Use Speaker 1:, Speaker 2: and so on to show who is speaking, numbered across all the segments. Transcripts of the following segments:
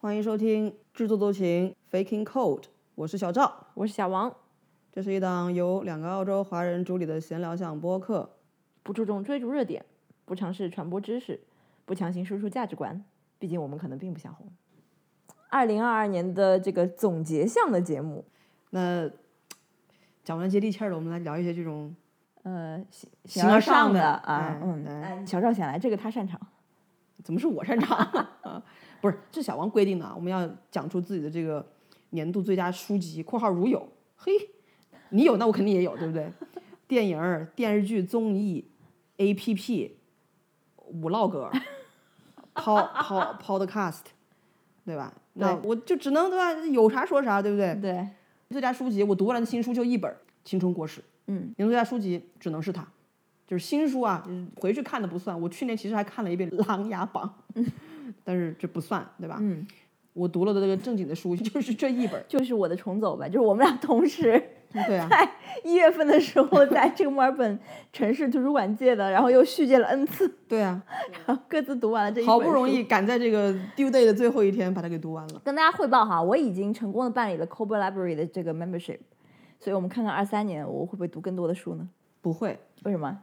Speaker 1: 欢迎收听《制作周勤 Faking Code》，我是小赵。
Speaker 2: 我是小王，
Speaker 1: 这是一档由两个澳洲华人主理的闲聊项播客。
Speaker 2: 不注重追逐热点，不尝试传播知识，不强行输出价值观，毕竟我们可能并不想红。二零二二年的这个总结项的节目，
Speaker 1: 那讲完接地气儿的，我们来聊一些这种
Speaker 2: 呃，形
Speaker 1: 形
Speaker 2: 形而
Speaker 1: 而上
Speaker 2: 上
Speaker 1: 的
Speaker 2: 啊
Speaker 1: 哎，
Speaker 2: 嗯，
Speaker 1: 对
Speaker 2: 哎小赵先来，这个他擅长。
Speaker 1: 怎么是我擅长啊？不是，这小王规定的，啊，我们要讲出自己的这个年度最佳书籍（括号如有）。嘿，你有，那我肯定也有，对不对？电影儿、电视剧、综艺、A P P、五唠嗑、抛抛 Podcast，对吧？那我就只能对吧？有啥说啥，对不对？
Speaker 2: 对，
Speaker 1: 最佳书籍，我读完了新书就一本《青春国史》。
Speaker 2: 嗯，
Speaker 1: 年度最佳书籍只能是它，就是新书啊，回去看的不算。我去年其实还看了一遍《琅琊榜》， 但是这不算，对吧？
Speaker 2: 嗯，
Speaker 1: 我读了的这个正经的书 就是这一本儿。
Speaker 2: 就是我的重走吧，就是我们俩同时
Speaker 1: 对 啊，
Speaker 2: 在一月份的时 候，在这个墨尔本城市图书馆借的，然后又续借了 n 次，
Speaker 1: 对啊，
Speaker 2: 然后各自读完了这一
Speaker 1: 好
Speaker 2: 本
Speaker 1: 不容
Speaker 2: 书
Speaker 1: 易赶在这个 due day 的最后一天把它给读完了。
Speaker 2: 跟大家汇报哈，我已经成功的办理了 Cobra Library 的这个 membership，所以我们看看二三年我会不会读更多的书呢？
Speaker 1: 不会，
Speaker 2: 为什么？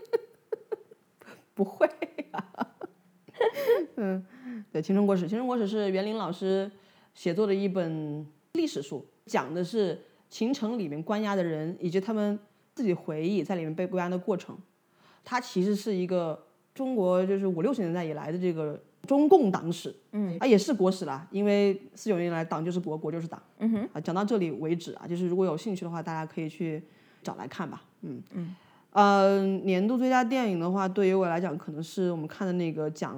Speaker 1: 不会、啊。嗯，对，《青春国史》，《青春国史》是袁林老师写作的一本历史书，讲的是秦城里面关押的人以及他们自己回忆在里面被关押的过程。它其实是一个中国就是五六十年代以来的这个中共党史，嗯，啊也是国史啦，因为四九年以来党就是国，国就是党，嗯哼，啊讲到这里为止啊，就是如果有兴趣的话，大家可以去找来看吧，嗯呃，年度最佳电影的话，对于我来讲，可能是我们看的那个讲，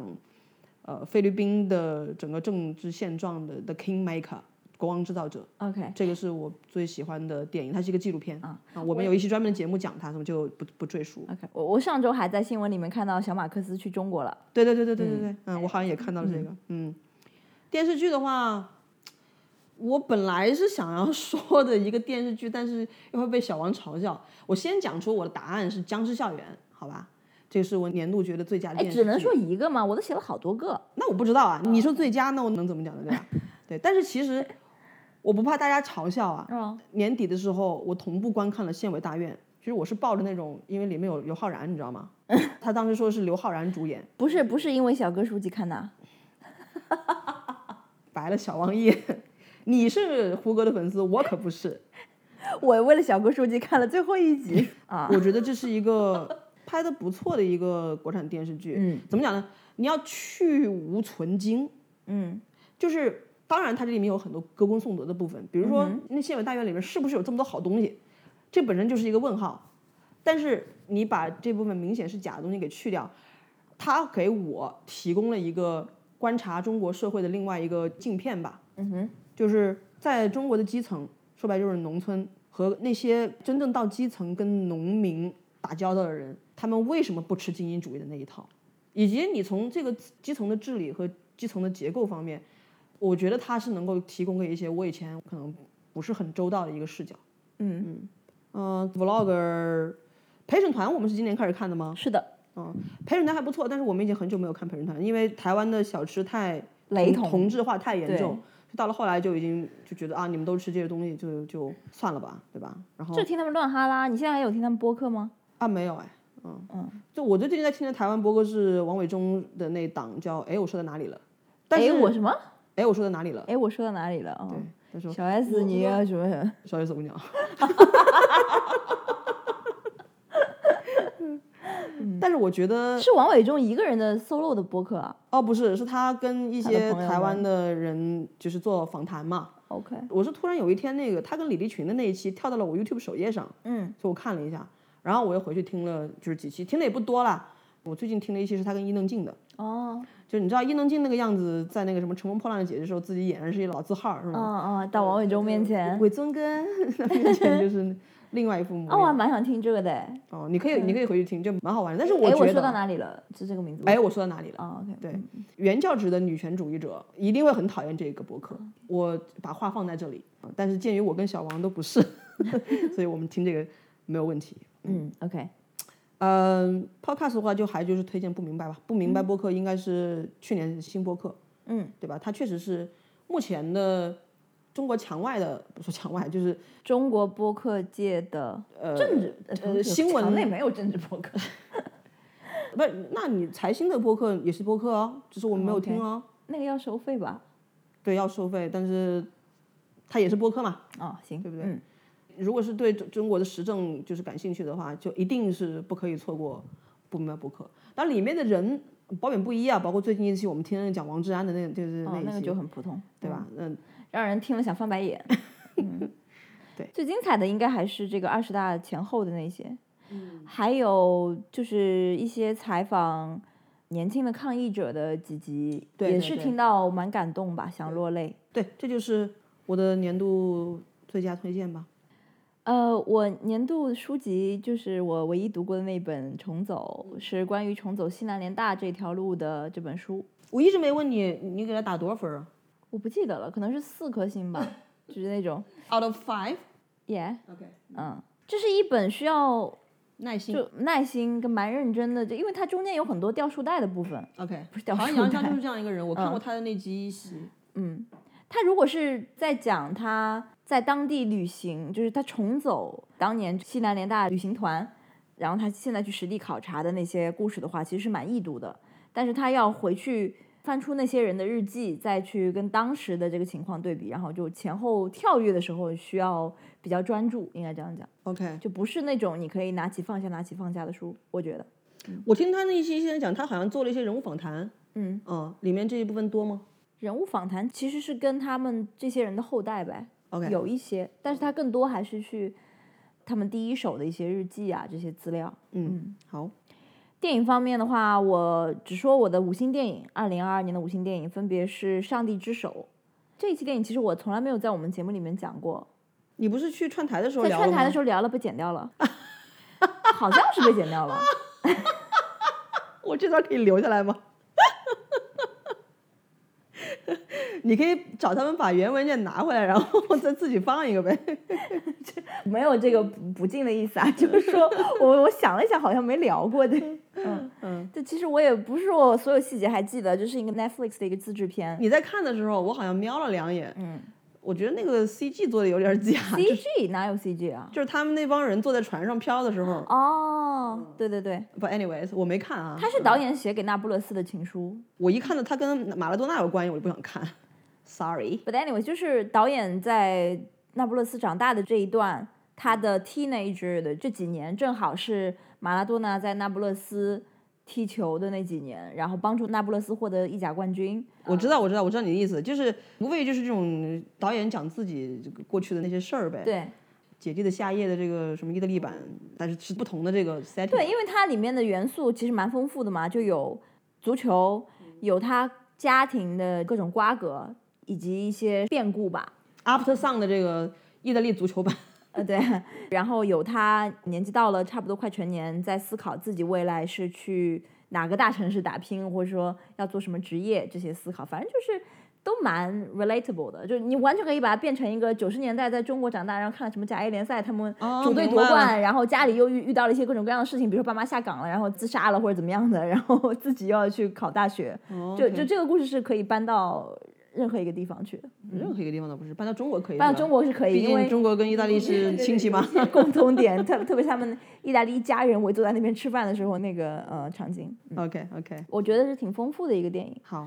Speaker 1: 呃，菲律宾的整个政治现状的《The Kingmaker》国王制造者，
Speaker 2: 嗯 OK，
Speaker 1: 这个是我最喜欢的电影，它是一个纪录片啊、我们有一期专门的节目讲它，我们就不不赘述。
Speaker 2: OK，我我上周还在新闻里面看到小马克思去中国了，
Speaker 1: 对对对对对对对，嗯，我好像也看到了这个，嗯电视剧的话，我本来是想要说的一个电视剧，但是又会被小王嘲笑。我先讲出我的答案是《僵尸校园》，好吧？这是我年度觉得最佳
Speaker 2: 哎，
Speaker 1: 电视剧。
Speaker 2: 只能说一个嘛，我都写了好多个。
Speaker 1: 那我不知道啊，你说最佳，那我能怎么讲呢？对吧？对，但是其实我不怕大家嘲笑啊。
Speaker 2: 嗯，
Speaker 1: 年底的时候，我同步观看了《县委大院》，其实我是抱着那种，因为里面有刘昊然，你知道吗？他当时说是刘昊然主演，
Speaker 2: 不是不是因为小哥书记看的，
Speaker 1: 白了小王爷。 你是胡歌的粉丝，我可不是。
Speaker 2: 我为了小哥书记看了最后一集啊。
Speaker 1: 我觉得这是一 个拍的不错的一个国产电视剧。
Speaker 2: 嗯，
Speaker 1: 怎么讲呢？你要去无存精，
Speaker 2: 嗯，
Speaker 1: 就是当然它这里面有很多歌功颂德的部分，比如
Speaker 2: 嗯
Speaker 1: 说、那县委大院里面是不是有这么多好东西，这本身就是一个问号。但是你把这部分明显是假的东西给去掉，它给我提供了一个观察中国社会的另外一个镜片吧。
Speaker 2: 嗯哼，
Speaker 1: 就是在中国的基层，说白就是农村和那些真正到基层跟农民打交道的人，他们为什么不吃精英主义的那一套？以及你从这个基层的治理和基层的结构方面，我觉得它是能够提供给一些我以前可能不是很周到的一个视角。
Speaker 2: 嗯
Speaker 1: 嗯、v l o g e r 陪审团我们是今年开始看的吗？嗯
Speaker 2: 是的，
Speaker 1: 陪审团还不错，但是我们已经很久没有看陪审团了，因为台湾的小吃太
Speaker 2: 雷
Speaker 1: 同
Speaker 2: 同
Speaker 1: 同质化太严
Speaker 2: 对
Speaker 1: 重，就到了后来就已经就觉得啊，你们都吃这些东西就就算了吧，对吧？ 然后
Speaker 2: 就听他们乱哈拉。你现在还有听他们播客吗？
Speaker 1: 啊没有哎，嗯嗯，就我最近在听的台湾播客是王伟忠的那档叫哎我说到哪里了，但
Speaker 2: 哎，
Speaker 1: 是
Speaker 2: 我什么？
Speaker 1: 哎我说到哪里了，
Speaker 2: 哎，我说到哪里了？哦，
Speaker 1: 他说
Speaker 2: 小 S，你要什么什么？
Speaker 1: 小野怎么 讲？但是我觉得
Speaker 2: 是王伟忠一个人的 solo 的播客啊。
Speaker 1: 哦，不是，是他跟一
Speaker 2: 他的
Speaker 1: 些
Speaker 2: 朋友
Speaker 1: 台湾
Speaker 2: 们
Speaker 1: 的人就是做访谈嘛，
Speaker 2: OK，
Speaker 1: 我是突然有一天，那个他跟李立群的那一期跳到了我 YouTube 首页上，
Speaker 2: 嗯，
Speaker 1: 所以我看了一下，然后我又回去听了，就是几期，听的也不多啦。我最近听了一期是他跟伊能静的，
Speaker 2: 哦，
Speaker 1: 就是你知道伊能静那个样子，在那个什么《乘风破浪的姐姐》的时候，自己俨然是一老字号，是
Speaker 2: 哦
Speaker 1: 吗？
Speaker 2: 哦，到王伟忠面前，
Speaker 1: 伟忠跟面前就是另外一副模
Speaker 2: 哦，我还
Speaker 1: 样。
Speaker 2: 蛮想听这个的。哎，
Speaker 1: 哦，你可以，你可以回去听，就蛮好玩的。但是
Speaker 2: 哎
Speaker 1: 觉
Speaker 2: 我说
Speaker 1: 得
Speaker 2: 到
Speaker 1: 啊，
Speaker 2: 哪里了？是这个名字吗？
Speaker 1: 哎，我说到哪里了？
Speaker 2: 哦，OK，
Speaker 1: 对，原教旨的女权主义者一定会很讨厌这个博客。我把话放在这里，但是鉴于我跟小王都不是， 所以我们听这个没有问题。
Speaker 2: 嗯，OK，
Speaker 1: 嗯、p o d c a s t 的话就还就是推荐不明白吧，不明白播客应该是去年新播客，嗯，对吧？它确实是目前的中国墙外的，不说墙外， 就是
Speaker 2: 中国播客界的
Speaker 1: 呃
Speaker 2: 政治
Speaker 1: 呃新闻
Speaker 2: 墙内没有政治播客，
Speaker 1: 不是，那你财新的播客也是播客哦，只是我们没有听哦。
Speaker 2: 那个要收费吧？
Speaker 1: 对，要收费，但是它也是播客嘛。
Speaker 2: 哦，行，对不对？嗯，
Speaker 1: 如果是对中中国的时政就是感兴趣的话，就一定是不可以错过不明白播客。但里面的人褒贬不一啊，包括最近一期我们听人讲王志安的那，就是
Speaker 2: 哦，
Speaker 1: 一
Speaker 2: 那
Speaker 1: 期，
Speaker 2: 个就很普通，
Speaker 1: 对吧？嗯，
Speaker 2: 让人听了想翻白 眼。嗯、对，最精彩的应该还是这个二十大前后的那些，
Speaker 1: 嗯
Speaker 2: 还有就是一些采访年轻的抗议者的几集，
Speaker 1: 对
Speaker 2: 也
Speaker 1: 对
Speaker 2: 是
Speaker 1: 对
Speaker 2: 听到蛮感动吧，想落泪。
Speaker 1: 对，这就是我的年度最佳推荐吧。
Speaker 2: 呃，我年度书籍就是我唯一读过的那本《重走》，是关于重走西南联大这条路的这本书。
Speaker 1: 我一直没问你，你给他打多少分啊
Speaker 2: 我不记得了，可能是四颗星吧，就是那种
Speaker 1: ？Out of five，
Speaker 2: 耶
Speaker 1: OK
Speaker 2: 嗯，这是一本需要
Speaker 1: 耐心
Speaker 2: 就耐心跟蛮认真的，就因为它中间有很多掉书袋的部分。
Speaker 1: OK。
Speaker 2: 不是掉
Speaker 1: 好像
Speaker 2: 书
Speaker 1: 杨绛
Speaker 2: 袋
Speaker 1: 就是这样一个人，我看过他的那集一席，
Speaker 2: 嗯，他如果是在讲他在当地旅行，就是他重走当年西南联大旅行团，然后他现在去实地考察的那些故事的话，其实是蛮易读的。但是他要回去翻出那些人的日记，再去跟当时的这个情况对比，然后就前后跳跃的时候需要比较专注，应该这样讲，
Speaker 1: OK，
Speaker 2: 就不是那种你可以拿起放下、拿起放下的书，我觉得。
Speaker 1: 我听他那一期现在讲，他好像做了一些人物访谈，
Speaker 2: 嗯，
Speaker 1: 嗯，里面这一部分多吗
Speaker 2: 人物访谈其实是跟他们这些人的后代呗，
Speaker 1: ？OK，
Speaker 2: 有一些，但是他更多还是去他们第一手的一些日记啊这些资料。
Speaker 1: 嗯，好，
Speaker 2: 电影方面的话，我只说我的五星电影，二零二二年的五星电影分别是《上帝之手》这一期电影，其实我从来没有在我们节目里面讲过，
Speaker 1: 你不是去串台的时候
Speaker 2: 在
Speaker 1: 聊
Speaker 2: 串台的时
Speaker 1: 候，
Speaker 2: 候聊了，被剪掉了， 好像是被剪掉了。
Speaker 1: 我这段可以留下来吗？ 你可以找他们把原文件拿回来，然后再自己放一个呗。
Speaker 2: 没有这个不不敬的意思啊， 就是说我我想了一想，好像没聊 过的。嗯
Speaker 1: 嗯，
Speaker 2: 这其实我也不是说我所有细节还记得，这是一个 Netflix 的一个自制片。
Speaker 1: 你在看的时候，我好像瞄了两眼，
Speaker 2: 嗯
Speaker 1: 我觉得那个 CG 做的有点假，啊就是
Speaker 2: ，CG 哪有 CG 啊？
Speaker 1: 就是他们那帮人坐在船上漂的时候。嗯
Speaker 2: 哦，对对对，
Speaker 1: 不，anyways，我没看啊。
Speaker 2: 他是导演写给那不勒斯的情书。
Speaker 1: 我一看到他跟马拉多纳有关系，我就不想看。Sorry，
Speaker 2: But anyway，就是导演在那不勒斯长大的这一段，他的
Speaker 1: 嗯
Speaker 2: teenager 的这几年，正好是马拉多纳在那不勒斯踢球的那几年，然后帮助那不勒斯获得意甲冠军。
Speaker 1: 我知道，我知道，我知道你的意思，就是无非就是这种导演讲自己这个过去的那些事儿呗。
Speaker 2: 对
Speaker 1: 姐弟的夏夜的这个什么意大利版，但是是不同的这个 setting。
Speaker 2: 对，，因为它里面的元素其实蛮丰富的嘛，就有足球，有他家庭的各种瓜葛，以及一些变故吧。
Speaker 1: After Sun 的这个意大利足球版，
Speaker 2: 呃，对，然后有他年纪到了差不多快成年，在思考自己未来是去哪个大城市打拼，或者说要做什么职业这些思考，反正就是都蛮 relatable 的，就是你完全可以把它变成一个九十年代在中国长大，然后看了什么甲 A 联赛，他们
Speaker 1: 哦
Speaker 2: 组队
Speaker 1: 明
Speaker 2: 夺
Speaker 1: 白
Speaker 2: 冠，然后家里又遇遇到了一些各种各样的事情，比如说爸妈下岗了，然后自杀了或者怎么样的，然后自己又要去考大学，
Speaker 1: 哦
Speaker 2: 就就这个故事是可以搬到任何一个地方去的，
Speaker 1: 任何一个地方都不是，搬到中国可以。
Speaker 2: 搬
Speaker 1: 是
Speaker 2: 到
Speaker 1: 吧
Speaker 2: 中，国是可以，
Speaker 1: 毕
Speaker 2: 因为
Speaker 1: 竟中国跟意大利是亲戚嘛。
Speaker 2: 共 同点，特特别是他们意大利一家人围坐在那边吃饭的时候那个呃场景，
Speaker 1: OK OK，
Speaker 2: 我觉得是挺丰富的一个电影。
Speaker 1: 好，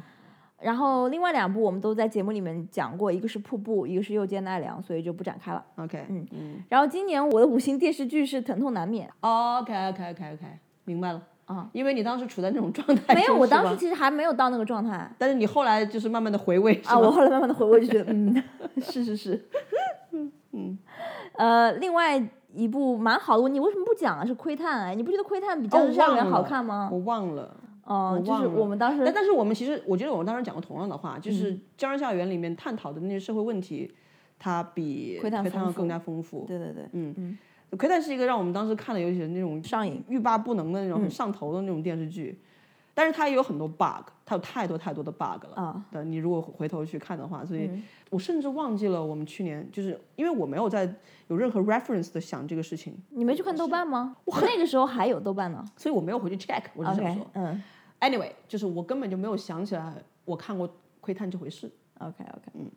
Speaker 2: 然后另外两部我们都在节目里面讲过，一个是《瀑布》，一个是《又见奈良》，所以就不展开了。
Speaker 1: OK，嗯嗯
Speaker 2: 然后今年我的五星电视剧是《疼痛 难免
Speaker 1: ，OK OK OK OK，明白了
Speaker 2: 啊。
Speaker 1: 因为你当时处在那种状态》，中，
Speaker 2: 没有，我
Speaker 1: 是吧
Speaker 2: 当时，其实还没有到那个状态
Speaker 1: 但是你后来就是慢慢的回味，是
Speaker 2: 啊。我
Speaker 1: 吧？
Speaker 2: 后来慢慢的回味 就觉得，嗯，是是是，嗯呃，另外一部蛮好的，你为什么不讲啊？是《窥探》哎，你不觉得《窥探》比《僵
Speaker 1: 哦
Speaker 2: 尸校园
Speaker 1: 忘》了
Speaker 2: 好看吗？
Speaker 1: 我忘了，
Speaker 2: 哦、就
Speaker 1: 忘
Speaker 2: 是
Speaker 1: 了
Speaker 2: 我们当时嗯
Speaker 1: 但但是我们其实，我觉得我们当时讲过同样的话，就是《僵尸校园》里面探讨的那些社会问题，它比《
Speaker 2: 窥探丰
Speaker 1: 要
Speaker 2: 富
Speaker 1: 更加丰富。
Speaker 2: 对对对，
Speaker 1: 《窥探》是一个让我们当时看了有点那种
Speaker 2: 上瘾。
Speaker 1: 欲罢不能的那
Speaker 2: 嗯
Speaker 1: 种、很上头的那种电视剧，但是它也有很多 bug，它有太多太多的 bug 了。
Speaker 2: 啊，嗯
Speaker 1: 对，你如果回头去看的话，所以我甚至忘记了我们去年，就是因为我没有在有任何 reference 的想这个事情，
Speaker 2: 你没去看豆瓣吗？我那个时候还有豆瓣呢。
Speaker 1: 所以我没有回去 check。我是想
Speaker 2: OK，
Speaker 1: 说
Speaker 2: 嗯，
Speaker 1: ，anyway，就是我根本就没有想起来我看过《窥探这回事。
Speaker 2: OK OK，嗯。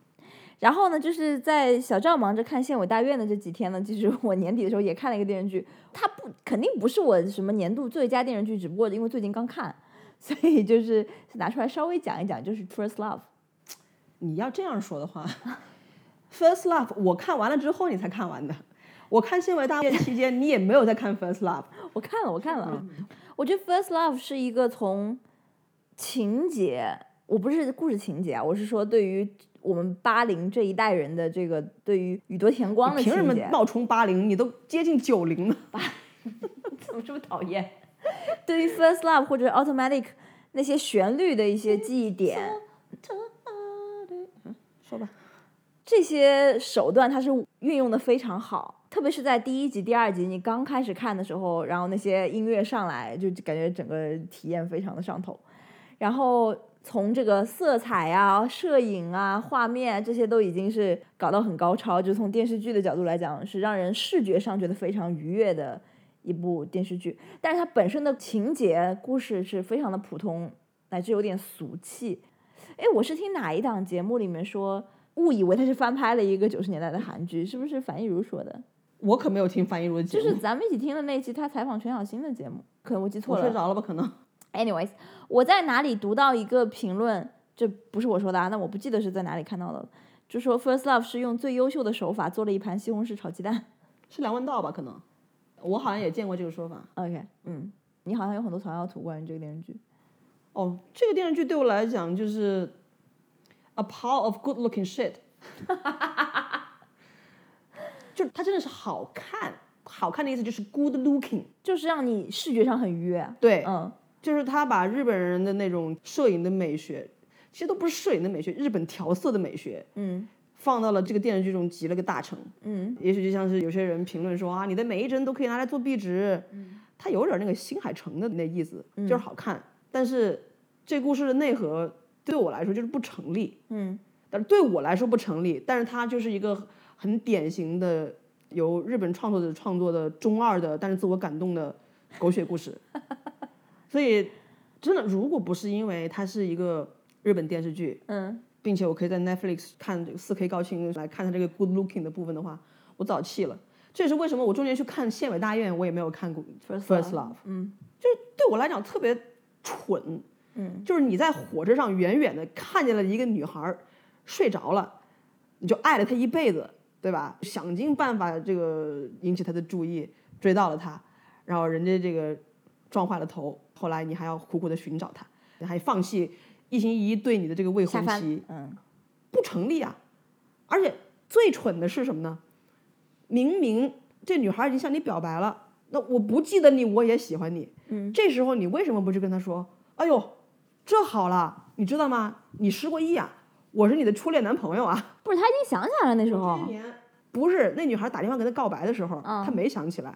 Speaker 2: 然后呢，就是在小赵忙着看《县委大院》的这几天呢，其实我年底的时候也看了一个电视剧，它不肯定不是我什么年度最佳电视剧，只不过因为最近刚看，所以就是拿出来稍微讲一讲，就是《First Love》。
Speaker 1: 你要这样说的 话，First Love 我看完了之后你才看完的。我看新闻大院期间，你也没有在看 First Love。
Speaker 2: 我看了，我看了，
Speaker 1: 嗯
Speaker 2: 我觉得《First Love》是一个从情节，我不是故事情节啊，我是说对于我们八零这一代人的这个对于宇多田光的情
Speaker 1: 凭
Speaker 2: 节，
Speaker 1: 什么冒充八零？你都接近九零了。
Speaker 2: 怎么这么讨厌？对于《First Love》或者《Automatic》那些旋律的一些记忆点，
Speaker 1: 啊嗯说吧，
Speaker 2: 这些手段它是运用的非常好，特别是在第一集、第二集你刚开始看的时候，然后那些音乐上来，就感觉整个体验非常的上头。然后从这个色彩啊、摄影啊、画面啊这些都已经是搞到很高超，就从电视剧的角度来讲，是让人视觉上觉得非常愉悦的一部电视剧。但是它本身的情节、故事是非常的普通，乃至有点俗气。哎，我是听哪一档节目里面说，误以为它是翻拍了一个九十年代的韩剧，是不是樊亦茹说的？
Speaker 1: 我可没有听樊亦茹的节
Speaker 2: 就
Speaker 1: 目，
Speaker 2: 是咱们一起听的那期她采访全小新的节目，可能我记错
Speaker 1: 我
Speaker 2: 了。
Speaker 1: 睡着了吧？可能
Speaker 2: Anyways，我在哪里读到一个评论，这不是我说的啊，那我不记得是在哪里看到的，就说 First Love 是用最优秀的手法做了一盘西红柿炒鸡蛋。
Speaker 1: 是梁文道吧？可能，我好像也见过这个说法。
Speaker 2: OK，嗯，你好像有很多草药图关于这个电视剧。
Speaker 1: 哦，这个电视剧对我来讲就是 a pile of good looking shit，就是它真的是好看，好看的意思就是 good looking，
Speaker 2: 就是让你视觉上很愉悦，
Speaker 1: 对，
Speaker 2: 嗯，
Speaker 1: 就是他把日本人的那种摄影的美学，其实都不是摄影的美学，日本调色的美学，
Speaker 2: 嗯，
Speaker 1: 放到了这个电视剧中集了个大成，
Speaker 2: 嗯，
Speaker 1: 也许就像是有些人评论说啊，你的每一帧都可以拿来做壁纸，嗯，它有点那个新海诚的那意思，
Speaker 2: 嗯
Speaker 1: 就是好看，但是这故事的内核对我来说就是不成立，
Speaker 2: 嗯，
Speaker 1: 但是对我来说不成立，但是它就是一个很典型的由日本创作者创作的中二的，但是自我感动的狗血故 事，所以真的如果不是因为它是一个日本电视剧，
Speaker 2: 嗯，
Speaker 1: 并且我可以在 Netflix 看这个 4K 高清来看它这个 good looking 的部分的话，我早弃了。这也是为什么我中间去看《县委大院》，我也没有看过
Speaker 2: First
Speaker 1: First
Speaker 2: Love
Speaker 1: Love，嗯，就是对我来讲特别蠢，嗯，就是你在火车上远远的看见了一个女孩儿睡着了，你就爱了她一辈子，对吧？想尽办法这个引起她的注意，追到了她，然后人家这个撞坏了头，后来你还要苦苦的寻找她，你还放弃一心一意对你的这个未
Speaker 2: 下
Speaker 1: 婚
Speaker 2: 饭
Speaker 1: 妻，，
Speaker 2: 嗯，
Speaker 1: 不成立啊！而且最蠢的是什么呢？明明这女孩已经向你表白了，那我不记得你，我也喜欢你。嗯，这时候你为什么不去跟她说？哎呦，这好了，你知道吗？你失过忆啊，我是你的初恋男朋友啊。
Speaker 2: 不是，他已经想起来了那时候，
Speaker 1: 不是，那女孩打电话跟他告白的时候，
Speaker 2: 嗯
Speaker 1: 她没想起来，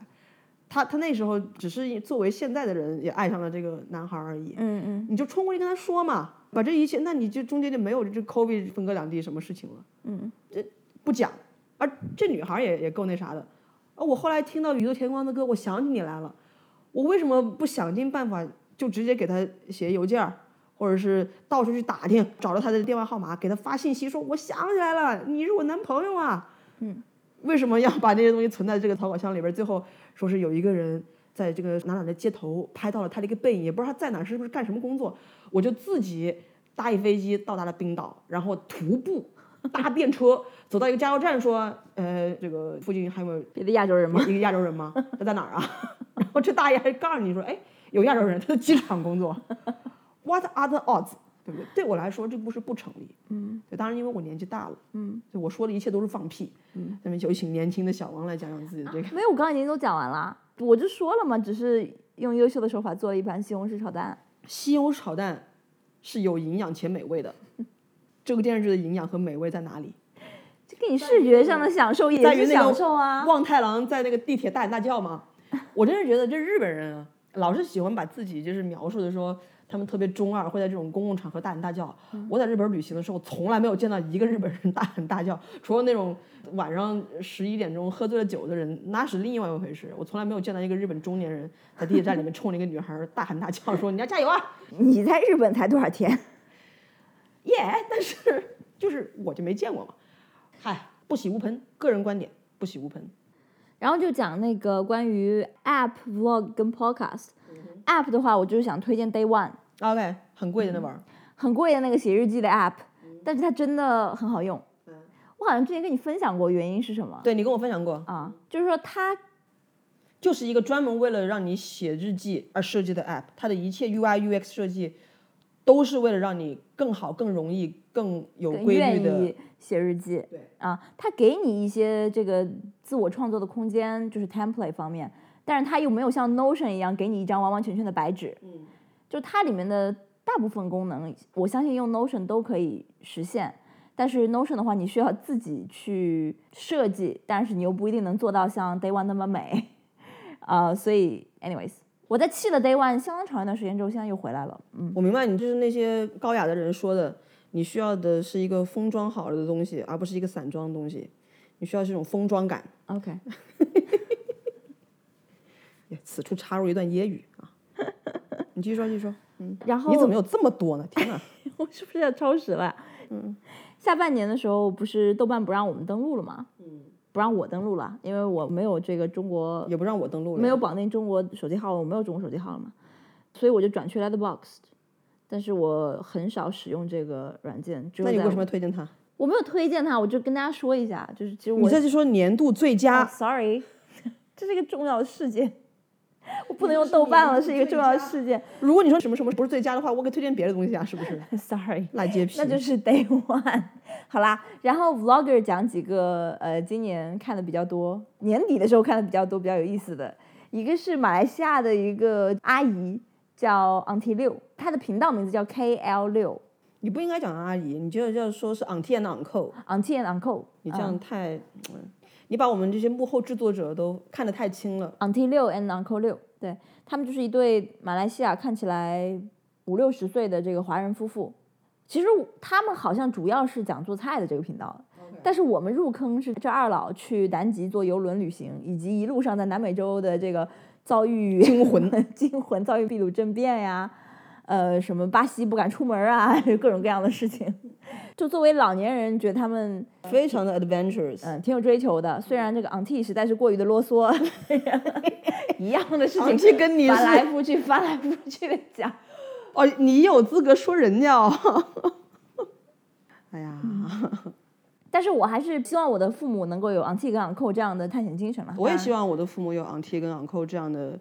Speaker 1: 她她那时候只是作为现在的人也爱上了这个男孩而已。
Speaker 2: 嗯嗯，
Speaker 1: 你就冲过去跟他说嘛，把这一切，那你就中间就没有这 COVID 分隔两地什么事情了。嗯，这不讲，而这女孩也也够那啥的。啊，我后来听到宇多田光的歌，我想起你来了，我为什么不想尽办法就直接给他写邮件儿，或者是到处去打听，找着他的电话号码，给他发信息说我想起来了，你是我男朋友啊。嗯， 为什么要把这些东西存在这个淘宝箱里边儿？最后说是有一个人在这个哪哪的街头拍到了他的一个背影，也不知道他在哪儿，是不是干什么工作，我就自己搭一飞机到达了冰岛，然后徒步搭电车走到一个加油站，说，呃，这个附近还有没有
Speaker 2: 别的亚洲人吗？
Speaker 1: 一个亚洲人吗？他在哪儿啊？ 然后这大爷还告诉你说，哎，有亚洲人，他在机场工作。What are the odds？对不对？对我来说，这故事不成立。嗯，对，当然因为我年纪大了，嗯，就我说的一切都是放屁。嗯，啊那么有请年轻的小王来讲讲自己的这个。
Speaker 2: 没有，我刚刚已经都讲完了，我就说了嘛，只是用优秀的手法做了一盘西红柿炒蛋。
Speaker 1: 西红柿炒蛋是有营养且美味 的。这个电视剧的营养和美味在哪里？
Speaker 2: 这跟你视觉上的享受也
Speaker 1: 在于那个
Speaker 2: 是享受啊。
Speaker 1: 望太郎在那个地铁大喊大叫吗？我真是觉得这日本人啊，老是喜欢把自己就是描述的说他们特别中二，会在这种公共场合大喊大叫。
Speaker 2: 嗯
Speaker 1: 我在日本旅行的时候，从来没有见到一个日本人 大喊大叫，除了那种晚上十一点钟喝醉了酒的人，那是另外一回事。我从来没有见到一个日本中年人在地铁站里面 冲着一个女孩大喊大叫说：“你要加油啊！”
Speaker 2: 你在日本才多少天？
Speaker 1: 一耶，但是就是我就没见过嘛。嗨，不喜勿喷，个人观点，不喜勿喷。
Speaker 2: 然后就讲那个关于 App、Vlog 跟 Podcast。App 的话，我就是想推荐 Day One，
Speaker 1: OK，很贵的那本
Speaker 2: 嗯
Speaker 1: 儿，
Speaker 2: 很贵的那个写日记的 App，但是它真的很好用。我好像之前跟你分享过，原因是什么？
Speaker 1: 对你跟我分享过，
Speaker 2: 啊，就是说它
Speaker 1: 就是一个专门为了让你写日记而设计的 app，它的一切 UI UX 设计都是为了让你更好、更容易、更有
Speaker 2: 更
Speaker 1: 规律
Speaker 2: 愿
Speaker 1: 的。
Speaker 2: 意写日记
Speaker 1: 对，
Speaker 2: 啊，它给你一些这个自我创作的空间，就是 template 方面，但是它又没有像 Notion 一样给你一张完完全全的白纸，
Speaker 1: 嗯，
Speaker 2: 就它里面的大部分功能，我相信用 Notion 都可以实现。但是 Notion 的话，你需要自己去设计，但是你又不一定能做到像 Day One 那么美，啊，所以 anyways，我在弃了 Day One 相当长一段时间之后，现在又回来了，嗯，
Speaker 1: 我明白你就是那些高雅的人说的，你需要的是一个封装好了的东西，而不是一个散装的东西。你需要这种封装感。
Speaker 2: OK，
Speaker 1: 此处插入一段揶语啊， 你继续说，继续说。
Speaker 2: 然后
Speaker 1: 你怎么有这么多呢？天哪！
Speaker 2: 我 是不是要超时了？嗯，下半年的时候不是豆瓣不让我们登录了吗？嗯，不让我登录了，因为我没有这个中国
Speaker 1: 也不让我登录了。
Speaker 2: 没有绑定中国手机号，我没有中国手机号了嘛，所以我就转去 Letterbox，但是我很少使用这个软件，只有
Speaker 1: 那你
Speaker 2: 在
Speaker 1: 为什么要推荐它？
Speaker 2: 我没有推荐它，我就跟大家说一下，就是其实
Speaker 1: 你
Speaker 2: 我
Speaker 1: 这啊就说年度最佳
Speaker 2: 哦 sorry，这是一个重要的事件， 我不能用豆瓣了，
Speaker 1: 你这是
Speaker 2: 是一个重要的 事件
Speaker 1: 如果你说什么什么不是最佳的话，我给推荐别的东西啊，是不是？
Speaker 2: ，sorry。
Speaker 1: 赖洁癖。
Speaker 2: 那就是 Day One。好啦，然后 Vlogger 讲几个呃，今年看的比较多，年底的时候看的比较多，比较有意思的。一个是马来西亚的一个阿姨叫 Auntie 六，她的频道名字叫 KL 六
Speaker 1: 你不应该讲阿姨，你就要说是 auntie and uncle，
Speaker 2: Auntie and Uncle。
Speaker 1: 你这样太，嗯你把我们这些幕后制作者都看得太轻了。
Speaker 2: Auntie 六 and Uncle 六，对他们就是一对马来西亚看起来五六十岁的这个华人夫妇。其实我他们好像主要是讲做菜的这个频道但是我们入坑是这二老去南极做游轮旅行，以及一路上在南美洲的这个遭遇
Speaker 1: 惊魂、
Speaker 2: 惊魂、遭遇秘鲁政变呀，呃，什么巴西不敢出门啊， 各种各样的事情。就作为老年人，觉得他们
Speaker 1: 非常的 adventures，
Speaker 2: 嗯，挺有追求的。虽然这个 auntie 实在是过于的啰嗦， 一样的事情
Speaker 1: auntie 跟你
Speaker 2: 翻来
Speaker 1: 是
Speaker 2: 覆去、翻来覆去的讲。
Speaker 1: 哦，你有资格说人家哦。 哎呀，
Speaker 2: 嗯但是我还是希望我的父母能够有 auntie 跟 uncle 这样的探险精神了。
Speaker 1: 我也希
Speaker 2: 望，
Speaker 1: 望我的父母有 auntie 跟 uncle 这样的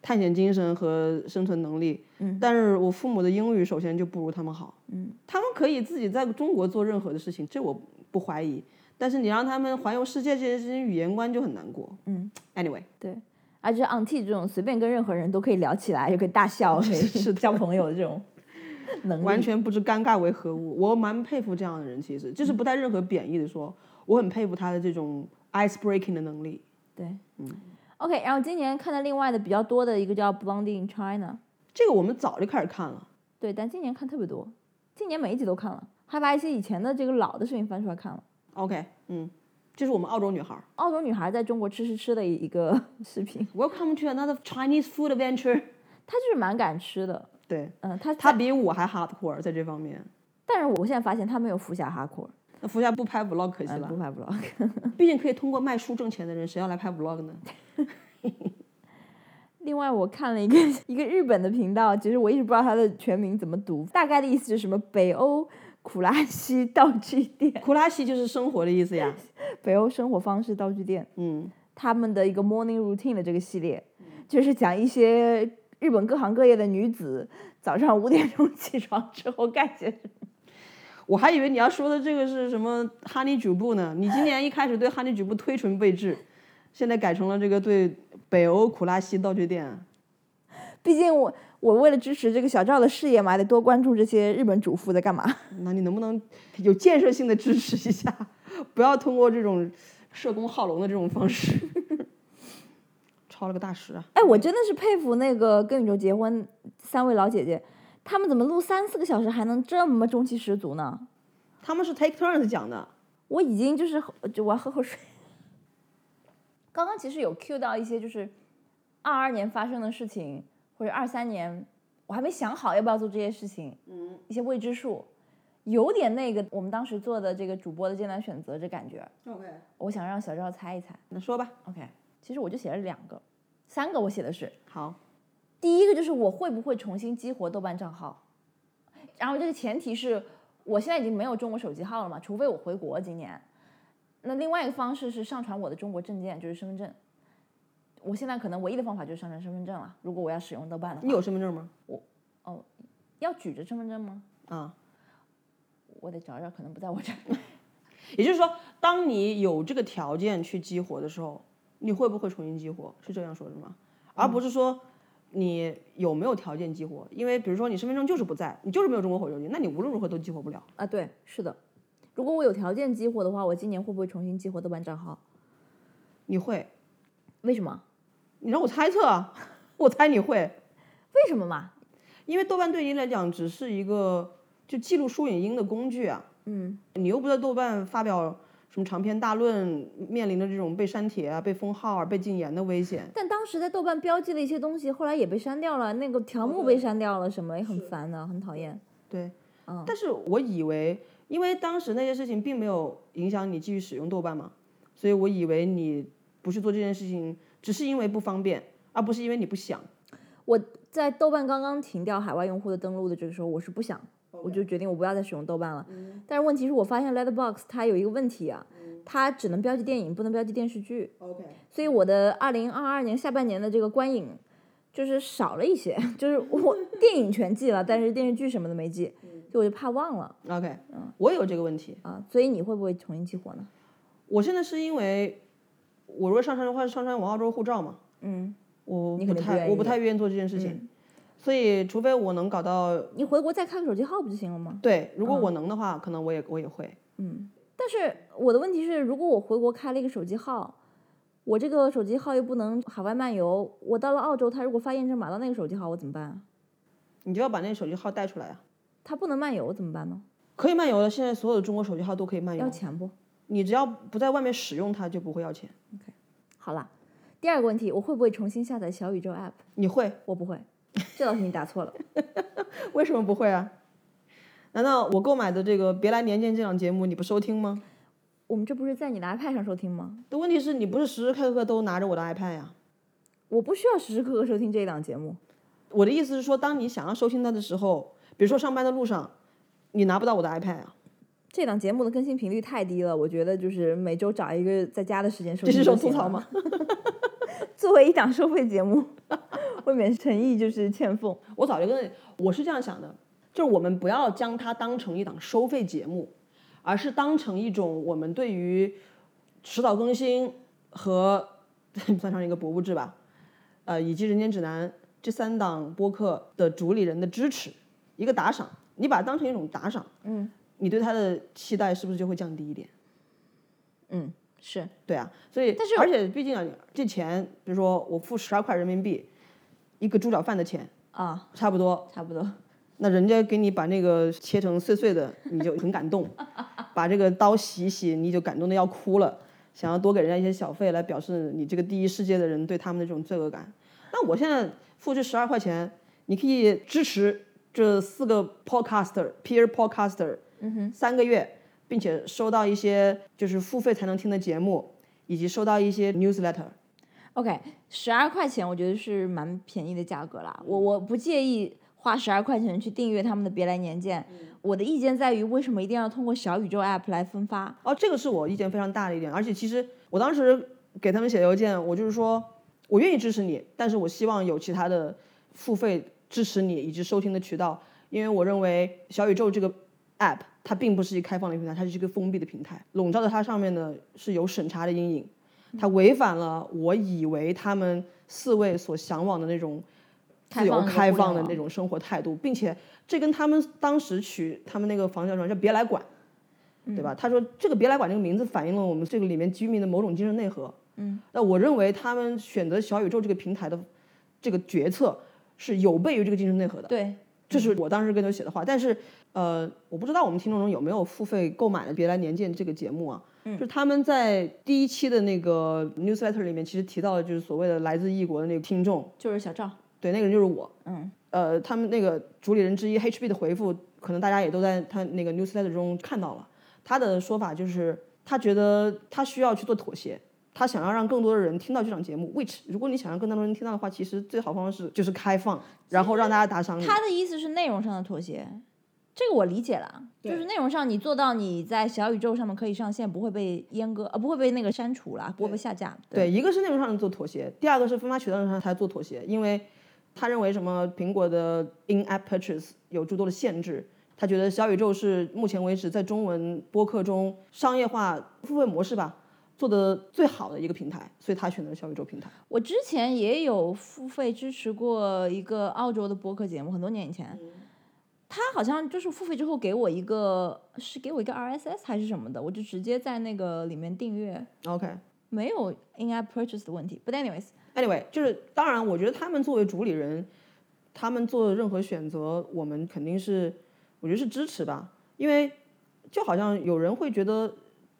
Speaker 1: 探险精神和生存能力。
Speaker 2: 嗯，
Speaker 1: 但是我父母的英语首先就不如他们好。嗯，他们可以自己在中国做任何的事情，这我不怀疑。但是你让他们环游世界这件事情，语言观就很难过。
Speaker 2: 嗯
Speaker 1: ，anyway，
Speaker 2: 而且 auntie 这种随便跟任何人都可以聊起来，又可以 大笑，是交朋友的这种能力。
Speaker 1: 完全不知尴尬为何物。我蛮佩服这样的人，其实就是不带任何贬义的说，我很佩服他的这种 ice breaking 的能力。
Speaker 2: 对，嗯。OK，然后今年看的另外的比较多的一个叫《Blondie in China》，
Speaker 1: 这个我们早就开始看了，
Speaker 2: 对，但今年看特别多，今年每一集都看了，还把一些以前的这个老的视频翻出来看了。
Speaker 1: OK，嗯，这是我们澳洲女孩。
Speaker 2: 澳洲女孩在中国吃吃吃的一个 视频，
Speaker 1: Welcome to another Chinese food adventure。
Speaker 2: 她就是蛮敢吃的。
Speaker 1: 对
Speaker 2: 嗯，她
Speaker 1: 她比我还 hardcore 在这方面。
Speaker 2: 但是我现在发现她没有服下哈库尔，
Speaker 1: 那福霞不拍 vlog 可惜
Speaker 2: 嗯
Speaker 1: 了
Speaker 2: 不，拍 vlog。
Speaker 1: 毕竟可以通过卖书挣钱的人，谁要来拍 vlog 呢？
Speaker 2: 另外，我看了一个一个日本的频道，其实我一直不知道它的全名怎么读，大概的意思就是什么北欧苦拉西道具店，
Speaker 1: 库拉西就是生活的意思呀。
Speaker 2: 北欧生活方式道具店，
Speaker 1: 嗯，
Speaker 2: 他们的一个 morning routine 的这个系列，就是讲一些日本各行各业的女子早上五点钟 起床之后干些什么。
Speaker 1: 我还以为你要说的这个是什么哈尼举步呢？你今年一开始对哈尼举步推崇备至，现在改成了这个对北欧库拉西道具店。
Speaker 2: 毕竟我我为了支持这个小赵的事业嘛，还得多关注这些日本主妇在干嘛。
Speaker 1: 那你能不能有建设性的支持一下？ 不要通过这种社工好龙的这种方式，抄了个大师啊！
Speaker 2: 哎，我真的是佩服那个跟宇宙结婚三位老姐姐，她们怎么录三四个小时还能这么中气十足呢？
Speaker 1: 他们是 take turns 讲的，
Speaker 2: 我已经就是就我要喝口水。 刚刚其实有 cue 到一些就是二二年发生的事情，或者二三年我还没想好要不要做这些事情，嗯，一些未知数。有点那个我们当时做的这个主播的艰难选择这感觉。
Speaker 1: OK，
Speaker 2: 我想让小赵猜一猜。
Speaker 1: 那说吧。
Speaker 2: OK，其实我就写了两个，三个我写的是
Speaker 1: 好，
Speaker 2: 第一个就是我会不会重新激活豆瓣账号，然后这个前提是我现在已经没有中国手机号了嘛，除非我回国今年。那另外一个方式是上传我的中国证件，就是身份证。我现在可能唯一的方法就是上传身份证了。如果我要使用豆瓣的话
Speaker 1: 你，有身份证吗？
Speaker 2: 要举着身份证吗？
Speaker 1: 啊，
Speaker 2: 我得找找，可能不在我这儿。
Speaker 1: 也就是说，当你有这个条件去激活的时候，你会不会重新激活？是这样说的吗？而不是说你有没有条件激活，因为比如说你身份证就是不在，你就是没有中国火手机，那你无论如何都激活不了。
Speaker 2: 啊，对，是的。如果我有条件激活的话，我今年会不会重新激活豆瓣账号？
Speaker 1: 你会？
Speaker 2: 为什么？
Speaker 1: 你让我猜测啊， 我猜你会。
Speaker 2: 为什么嘛？
Speaker 1: 因为豆瓣对你来讲只是一个就记录书影音的工具啊，
Speaker 2: 嗯，
Speaker 1: 你又不在豆瓣发表什么长篇大论，面临着这种被删帖啊、被封号啊、被禁言的危险。
Speaker 2: 但当时在豆瓣标记了一些东西，后来也被删掉了，那个条目被删掉了，什么也很烦的，很讨厌。
Speaker 1: 哦对，
Speaker 2: 嗯
Speaker 1: 但是我以为，因为当时那些事情并没有影响你继续使用豆瓣嘛，所以我以为你不去做这件事情，只是因为不方便，而不是因为你不想。
Speaker 2: 我在豆瓣刚刚停掉海外用户的登录的这个时候，我是不想，我就决定我不要再使用豆瓣了。
Speaker 1: 嗯
Speaker 2: 但是问题是我发现 Letterbox 它有一个问题啊，它只能标记电影，不能标记电视剧。
Speaker 1: OK，
Speaker 2: 所以我的二零二二年下半年的这个观影就是少了一些，就是 我电影全记了，但是电视剧什么的没记，
Speaker 1: 嗯
Speaker 2: 就我就怕忘了
Speaker 1: OK，我
Speaker 2: 嗯
Speaker 1: 也有这个问题。
Speaker 2: 啊。所以你会不会重新激活呢？
Speaker 1: 我现在是因为我如果上传的话，上传我澳洲护照嘛，
Speaker 2: 嗯，
Speaker 1: 我
Speaker 2: 你
Speaker 1: 不
Speaker 2: 肯定不
Speaker 1: 太
Speaker 2: 愿
Speaker 1: 我不
Speaker 2: 意嗯
Speaker 1: 太愿意做这件事情，所以除非我能搞到
Speaker 2: 你回国再开个手机号不就行了吗？
Speaker 1: 对，如果我能的话，可能我也我也会。
Speaker 2: 但是我的问题是，如果我回国开了一个手机号，我这个手机号又不能海外漫游，我到了澳洲，他如果发验证码到那个手机号，我怎么办啊？
Speaker 1: 你就要把那个手机号带出来啊，
Speaker 2: 他不能漫游怎么办呢？
Speaker 1: 可以漫游的，现在所有的中国手机号都可以漫游
Speaker 2: 要，钱不？
Speaker 1: 你只要不在外面使用它，就不会要钱。
Speaker 2: 好啦，第二个问题，我会不会重新下载小宇宙 app？
Speaker 1: 你会？
Speaker 2: 我不会，这道题你答错了。
Speaker 1: 为什么不会啊？难道我购买的这个《别来年见》这档节目你不收听吗？
Speaker 2: 我们这不是在你的 iPad 上收听吗？
Speaker 1: 的问题是你不是时时刻刻都拿着我的 iPad 呀、
Speaker 2: 我不需要时时刻刻收听这一档节目。
Speaker 1: 我的意思是说，当你想要收听它的时候，比如说上班的路上，你拿不到我的 iPad 啊，
Speaker 2: 这档节目的更新频率太低了，我觉得就是每周找一个在家的时间收
Speaker 1: 这
Speaker 2: 听。
Speaker 1: 是一种吐槽吗？？
Speaker 2: 作为一档收费节目， 未免诚意就是欠奉。
Speaker 1: 我早就跟我是这样想的，就是我们不要将它当成一档收费节目，而是当成一种我们对于迟早更新和 算上一个博物志吧，呃，以及人间指南这三档播客的主理人的支持，一个打赏，你把它当成一种打赏，
Speaker 2: 嗯，
Speaker 1: 你对它的期待是不是就会降低一点？
Speaker 2: 嗯，是
Speaker 1: 对啊，所以但是而且毕竟啊，这钱，比如说我付十二块人民币一个猪脚饭的钱，
Speaker 2: 啊，
Speaker 1: 差不多
Speaker 2: 差不多。
Speaker 1: 那人家给你把那个切成碎碎的，你就很感 动；把这个刀洗一洗，你就感动的要哭了，想要多给人家一些小费来表示你这个第一世界的人对他们的这种罪恶感。那我现在付这十二块钱，你可以支持这四个 podcaster peer podcaster，嗯哼，三个月，并且收到一些就是付费才能听的节目，以及收到一些 newsletter。
Speaker 2: OK，十二块钱我觉得是蛮便宜的价格啦，
Speaker 1: 嗯
Speaker 2: 我我不介意花十二块钱去订阅他们的《别来年见》
Speaker 1: 嗯
Speaker 2: 我的意见在于，为什么一定要通过小宇宙 App 来分发？
Speaker 1: 哦，这个是我意见非常大的一点，而且其实我当时给他们写邮件，我就是说我愿意支持你，但是我希望有其他的付费支持你以及收听的渠道，因为我认为小宇宙这个 app 它并不是一个开放的平台，它是一个封闭的平台，笼罩在它上面呢是有审查的阴影，它违反了我以为他们四位所向往的那种自由开放的那种生活态度，并且这跟他们当时取他们那个房叫什么叫“别来管”，对吧？他说这个“别来管”这个名字反映了我们这个里面居民的某种精神内核。嗯，那我认为他们选择小宇宙这个平台的这个决策是有悖于这个精神内核的。
Speaker 2: 对，
Speaker 1: 这是我当时跟他写的话，但是呃，我不知道我们听众中有没有付费购买了《别来年见》这个节目啊。就是他们在第一期的那个 newsletter 里面，其实提到的就是所谓的来自异国的那个听众，
Speaker 2: 就是小赵。
Speaker 1: 对，那个人就是我。
Speaker 2: 嗯，
Speaker 1: 呃，他们那个主理人之一 HB 的回复可能大家也都在他那个 newsletter 中看到了。他的说法就是，他觉得他需要去做妥协，他想要让更多的人听到这档节目。which 如果你想让更多的人听到的话，其实最好方式就是开放，然后让大家打赏你。
Speaker 2: 他的意思是内容上的妥协，这个我理解了，就是内容上你做到你在小宇宙上面可以上线，不会被阉割，呃，不会被那个删除啦，不会被下架。对，
Speaker 1: 对，一个是内容上的做妥协，第二个是分发渠道上他做妥协，因为他认为什么苹果的 in-app purchase 有诸多的限制，他觉得小宇宙是目前为止在中文播客中商业化付费模式吧做的最好的一个平台，所以他选择了小宇宙平台。
Speaker 2: 我之前也有付费支持过一个澳洲的播客节目，很多年以前。他好像就是付费之后给我一个，是给我一个 RSS 还是什么的，我就直接在那个里面订阅，
Speaker 1: OK，anyway，、
Speaker 2: 没有 in app purchase 的问题。But anyways，
Speaker 1: 就是当然，我觉得他们作为主理人，他们做的任何选择，我们肯定是我觉得是支持吧，因为就好像有人会觉得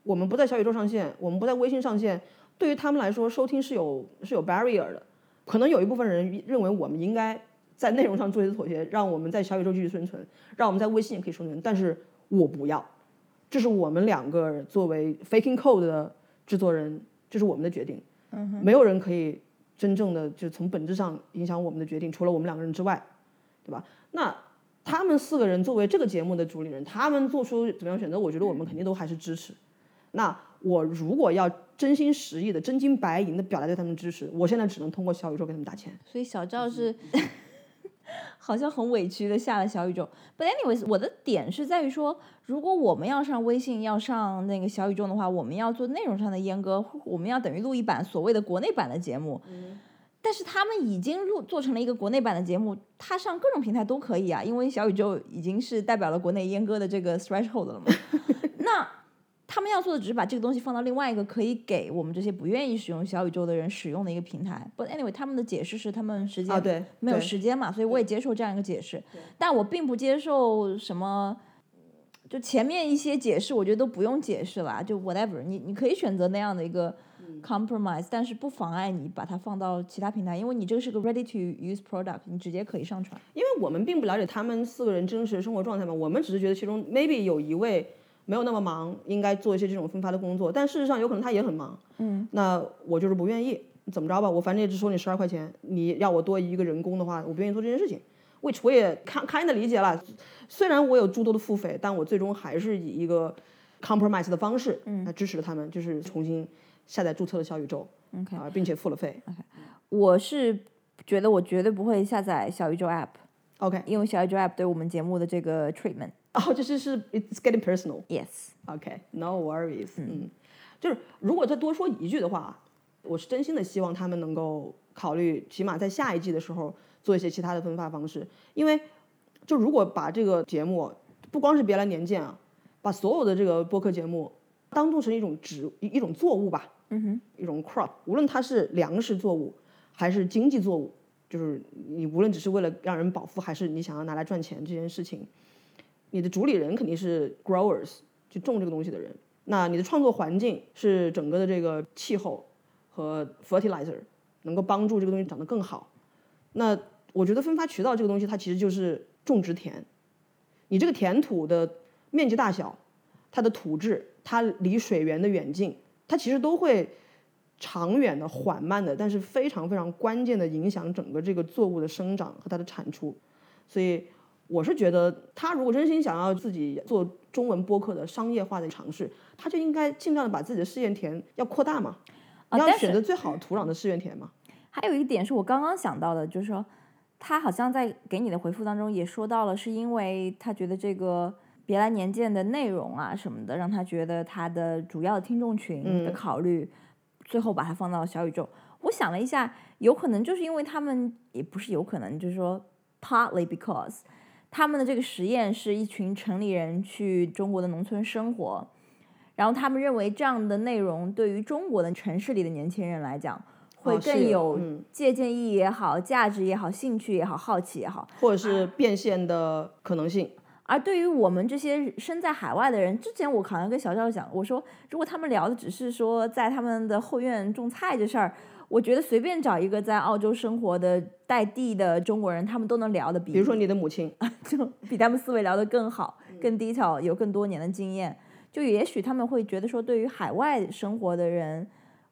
Speaker 1: 我们不在小宇宙上线，我们不在微信上线，对于他们来说，收听是有是有 barrier 的。可能有一部分人认为我们应该在内容上做一些妥协，让我们在小宇宙继续生存，让我们在微信也可以生存，但是我不要。这是我们两个作为 Faking Code 的制作人，这是我们的决定。没有人可以真正的就从本质上影响我们的决定，除了我们两个人之外，对吧？那他们四个人作为这个节目的主理人，他们做出怎么样选择，我觉得我们肯定都还是支持。那我如果要真心实意的、真金白银的表达对他们支持，我现在只能通过小宇宙给他们打钱。
Speaker 2: 所以小赵是好像很委屈的下了小宇宙。But anyways，我的点是在于说，如果我们要上微信，要上那个小宇宙的话，我们要做内容上的阉割，我们要等于录一版所谓的国内版的节目。但是他们已经录做成了一个国内版的节目，它上各种平台都可以啊，因为小宇宙已经是代表了国内阉割的这个 threshold 了嘛。那他们要做的只是把这个东西放到另外一个可以给我们这些不愿意使用小宇宙的人使用的一个平台。But anyway，他们的解释是他们时间
Speaker 1: 啊对
Speaker 2: 没有
Speaker 1: 对
Speaker 2: 时间嘛，所以我也接受这样一个解释。但我并不接受什么，就前面一些解释，我觉得都不用解释啦，就 whatever，你你可以选择那样的一个
Speaker 1: 嗯
Speaker 2: compromise，但是不妨碍你把它放到其他平台，因为你这个是个 ready to use product，你直接可以上传。
Speaker 1: 因为我们并不了解他们四个人真实的生活状态嘛，我们只是觉得其中 maybe 有一位没有那么忙，应该做一些这种分发的工作，但事实上有可能他也很忙。嗯，那我就是不愿意，怎么着吧，我反正也只收你十二块钱，你要我多一个人工的话，我不愿意做这件事情。which 我也看看的理解了，虽然我有诸多的付费，但我最终还是以一个 compromise 的方式，嗯，来支持了他们，就是重新下载注册了小宇宙
Speaker 2: OK
Speaker 1: 啊，并且付了费。
Speaker 2: 我是觉得我绝对不会下载小宇宙 app，
Speaker 1: OK，
Speaker 2: 因为小宇宙 app 对我们节目的这个 treatment。
Speaker 1: 哦，这就是 it's getting personal。
Speaker 2: Yes，
Speaker 1: OK，no、worries。嗯，就是如果再多说一句的话，我是真心的希望他们能够考虑，起码在下一季的时候做一些其他的分发方式，因为就如果把这个节目不光是别来年鉴啊，把所有的这个播客节目当做成一种植一一种作物吧，嗯哼，一种 crop，无论它是粮食作物还是经济作物，就是你无论只是为了让人饱腹，还是你想要拿来赚钱这件事情，你的主理人肯定是 growers，就种这个东西的人。那你的创作环境是整个的这个气候和 fertilizer 能够帮助这个东西长得更好。那我觉得分发渠道这个东西，它其实就是种植田，你这个田土的面积大小、它的土质、它离水源的远近，它其实都会长远的、缓慢的，但是非常非常关键的影响整个这个作物的生长和它的产出。所以我是觉得，他如果真心想要自己做中文播客的商业化的尝试，他就应该尽量的把自己的试验田要扩大嘛，
Speaker 2: 啊
Speaker 1: 要
Speaker 2: 但
Speaker 1: 选择
Speaker 2: 是
Speaker 1: 最好土壤的试验田嘛。
Speaker 2: 还有一点是我刚刚想到的，就是说他好像在给你的回复当中也说到了，是因为他觉得这个别来年鉴的内容啊什么的，让他觉得他的主要听众群的考虑，最后把它放到小宇宙。我想了一下，有可能就是因为他们也不是有可能，就是说 partly because 他们的这个实验是一群城里人去中国的农村生活，然后他们认为这样的内容对于中国的城市里的年轻人来讲，会
Speaker 1: 哦是
Speaker 2: 更有
Speaker 1: 嗯
Speaker 2: 借鉴意义也好、价值也好、兴趣也好、好奇也好。
Speaker 1: 或者是变现的可能性。
Speaker 2: 而对于我们这些身在海外的人，之前我好像跟小赵讲，我说如果他们聊的只是说在他们的后院种菜这事儿，我觉得随便找一个在澳洲生活的带地的中国人，他们都能聊的比
Speaker 1: 比如说嗯你的母亲，
Speaker 2: 就比他们思维聊得更好、更 detail，有更多年的经验。就也许他们会觉得说，对于海外生活的人，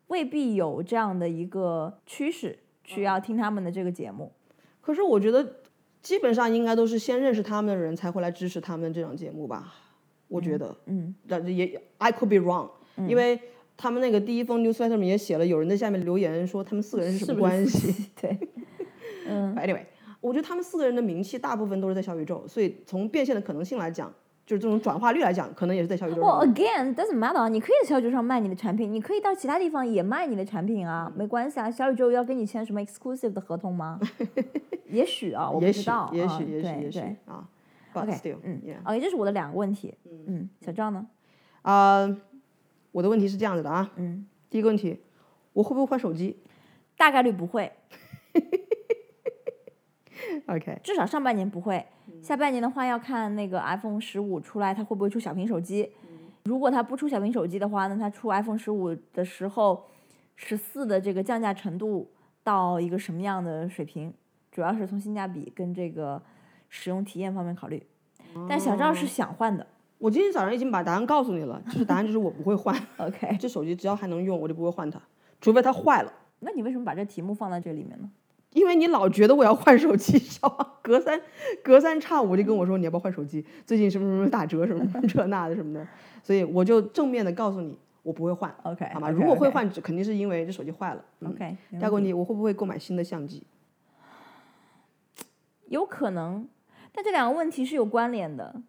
Speaker 2: 未必有这样的一个趋势，
Speaker 1: 嗯
Speaker 2: 需要听他们的这个节目。
Speaker 1: 可是我觉得基本上应该都是先认识他们的人才会来支持他们这档节目吧，我觉得。
Speaker 2: 嗯，
Speaker 1: 但是也 I could be wrong，、因为他们那个第一封 newsletter 里面也写了，有人在下面留言说他们四个人是什
Speaker 2: 是
Speaker 1: 么
Speaker 2: 不是
Speaker 1: 关系。
Speaker 2: 对，
Speaker 1: But anyway，我觉得他们四个人的名气大部分都是在小宇宙，所以从变现的可能性来讲，就是这种转化率来讲，可能也是在小宇宙上
Speaker 2: 我
Speaker 1: 面。
Speaker 2: again doesn't matter，你可以在小宇宙上卖你的产品，你可以到其他地方也卖你的产品啊，
Speaker 1: 嗯
Speaker 2: 没关系啊。小宇宙要跟你签什么 exclusive 的合同吗？也许啊，我不
Speaker 1: 也
Speaker 2: 知
Speaker 1: 许
Speaker 2: 道，，
Speaker 1: 也
Speaker 2: 啊
Speaker 1: 许，也许，
Speaker 2: 对
Speaker 1: 也许
Speaker 2: 对。
Speaker 1: 啊。But still，
Speaker 2: 嗯
Speaker 1: yeah，
Speaker 2: ，OK，这是我的两个问题。嗯，小赵呢？
Speaker 1: 啊，我的问题是这样子的啊，
Speaker 2: 嗯，
Speaker 1: 第一个问题，我会不会换手机
Speaker 2: 大概率不会，
Speaker 1: ？OK，
Speaker 2: 至少上半年不会。下半年的话，要看那个 iPhone 十五出来，它会不会出小屏手机。如果它不出小屏手机的话，那它出 iPhone 十五的时候，十四的这个降价程度到一个什么样的水平，主要是从性价比跟这个使用体验方面考虑。但小赵是想换的、
Speaker 1: 我今天早上已经把答案告诉你了，就是答案就是我不会换， 哎
Speaker 2: o k
Speaker 1: 这手机只要还能用，我就不会换它，除非它坏了。
Speaker 2: 那你为什么把这题目放在这里面呢？
Speaker 1: 因为你老觉得我要换手机，知道吧？隔三隔三差五就跟我说你要不要换手机，最近什么什么打折，什么什么这那的什么的，所以我就正面的告诉你，我不会换
Speaker 2: OK，
Speaker 1: 好吗
Speaker 2: 哎 OK，
Speaker 1: 如果会
Speaker 2: OK
Speaker 1: 换，只肯定是因为这手机坏了。嗯，
Speaker 2: ，OK，
Speaker 1: 第二个问题，我会不会购买新的相机？
Speaker 2: 有可能，但这两个问题是有关联的，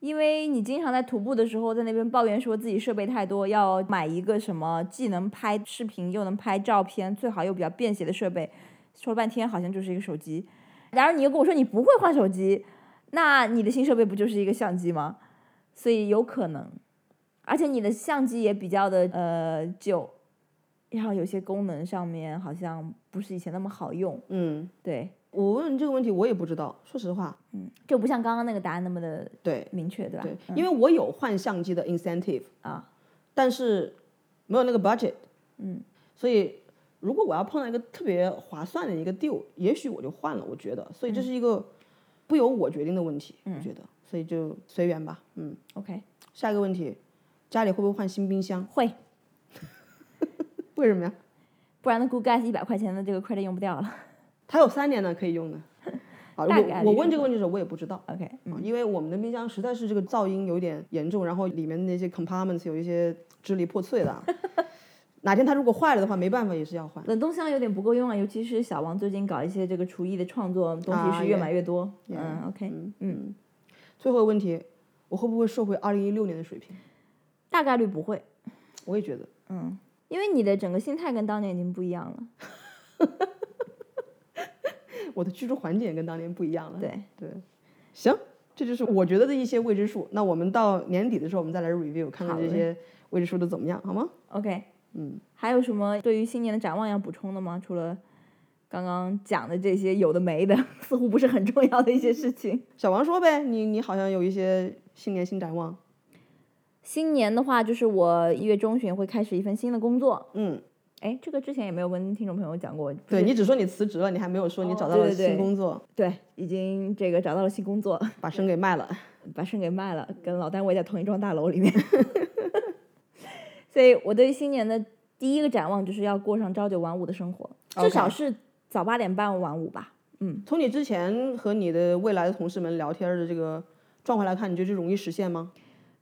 Speaker 2: 因为你经常在徒步的时候在那边抱怨说自己设备太多，要买一个什么既能拍视频又能拍照片，最好又比较便携的设备，说了半天好像就是一个手机。然而你又跟我说你不会换手机，那你的新设备不就是一个相机吗？所以有可能，而且你的相机也比较的呃旧，然后有些功能上面好像不是以前那么好用，
Speaker 1: 嗯，
Speaker 2: 对。
Speaker 1: 我问这个问题我也不知道，说实话，
Speaker 2: 嗯，就不像刚刚那个答案那么的
Speaker 1: 对
Speaker 2: 明确，对吧？
Speaker 1: 对，
Speaker 2: 嗯
Speaker 1: 因为我有换相机的 incentive，
Speaker 2: 啊，
Speaker 1: 但是没有那个 budget，
Speaker 2: 嗯，
Speaker 1: 所以如果我要碰到一个特别划算的一个 deal，也许我就换了，我觉得，所以
Speaker 2: 嗯
Speaker 1: 这是一个不由我决定的问题，我觉得，所以就随缘吧，嗯。
Speaker 2: ，OK，
Speaker 1: 下一个问题，家里会不会换新冰箱？
Speaker 2: 会，
Speaker 1: 为什么呀？
Speaker 2: 不然的 Good Guys 一百块钱的这个 credit 用不掉了。
Speaker 1: 它有三年呢可以 用的。好，
Speaker 2: 大概
Speaker 1: 我
Speaker 2: 率
Speaker 1: 我
Speaker 2: 是
Speaker 1: 问这个
Speaker 2: 会
Speaker 1: 问题的时候，我也不知道。
Speaker 2: OK，
Speaker 1: 啊，因为我们的冰箱实在是这个噪音有点严重，然后里面那些 compartments 有一些支离破碎的 啊，哪天它如果坏了的话，没办法也是要换。
Speaker 2: 冷冻箱有点不够用啊，尤其是小王最近搞一些这个厨艺的创作，东西
Speaker 1: 啊
Speaker 2: 是越
Speaker 1: 也
Speaker 2: 买越多。嗯，OK，嗯，
Speaker 1: 最后一个问题，我会不会瘦回二零一六年的水平？
Speaker 2: 大概率不会，
Speaker 1: 我也觉得，
Speaker 2: 因为你的整个心态跟当年已经不一样了。
Speaker 1: 我的居住环境也跟当年不一样了。
Speaker 2: 对
Speaker 1: 对，行，这就是我觉得的一些未知数。那我们到年底的时候，我们再来 review，看看
Speaker 2: 好
Speaker 1: 这
Speaker 2: 嘞
Speaker 1: 些未知数都怎么样，好吗？
Speaker 2: OK，
Speaker 1: 嗯，
Speaker 2: 还有什么对于新年的展望要补充的吗？除了刚刚讲的这些有的没的， 似乎不是很重要的一些事情。
Speaker 1: 小王说呗，你你好像有一些新年新展望。
Speaker 2: 新年的话，就是我一月中旬会开始一份新的工作，
Speaker 1: 嗯，
Speaker 2: 哎，这个之前也没有跟听众朋友讲过，不
Speaker 1: 对
Speaker 2: 是
Speaker 1: 你只说你辞职了，你还没有说你找到
Speaker 2: 哦对
Speaker 1: 了
Speaker 2: 对对
Speaker 1: 新工作，
Speaker 2: 对，已经这个找到了新工作，
Speaker 1: 把身给卖了。
Speaker 2: 把肾给卖了，跟老单位在同一幢大楼里面。 所以我对新年的第一个展望就是要过上朝九晚五的生活，至
Speaker 1: OK
Speaker 2: 少是早八点半晚五吧。嗯，
Speaker 1: 从你之前和你的未来的同事们聊天的这个状况来看，你觉得这容易实现吗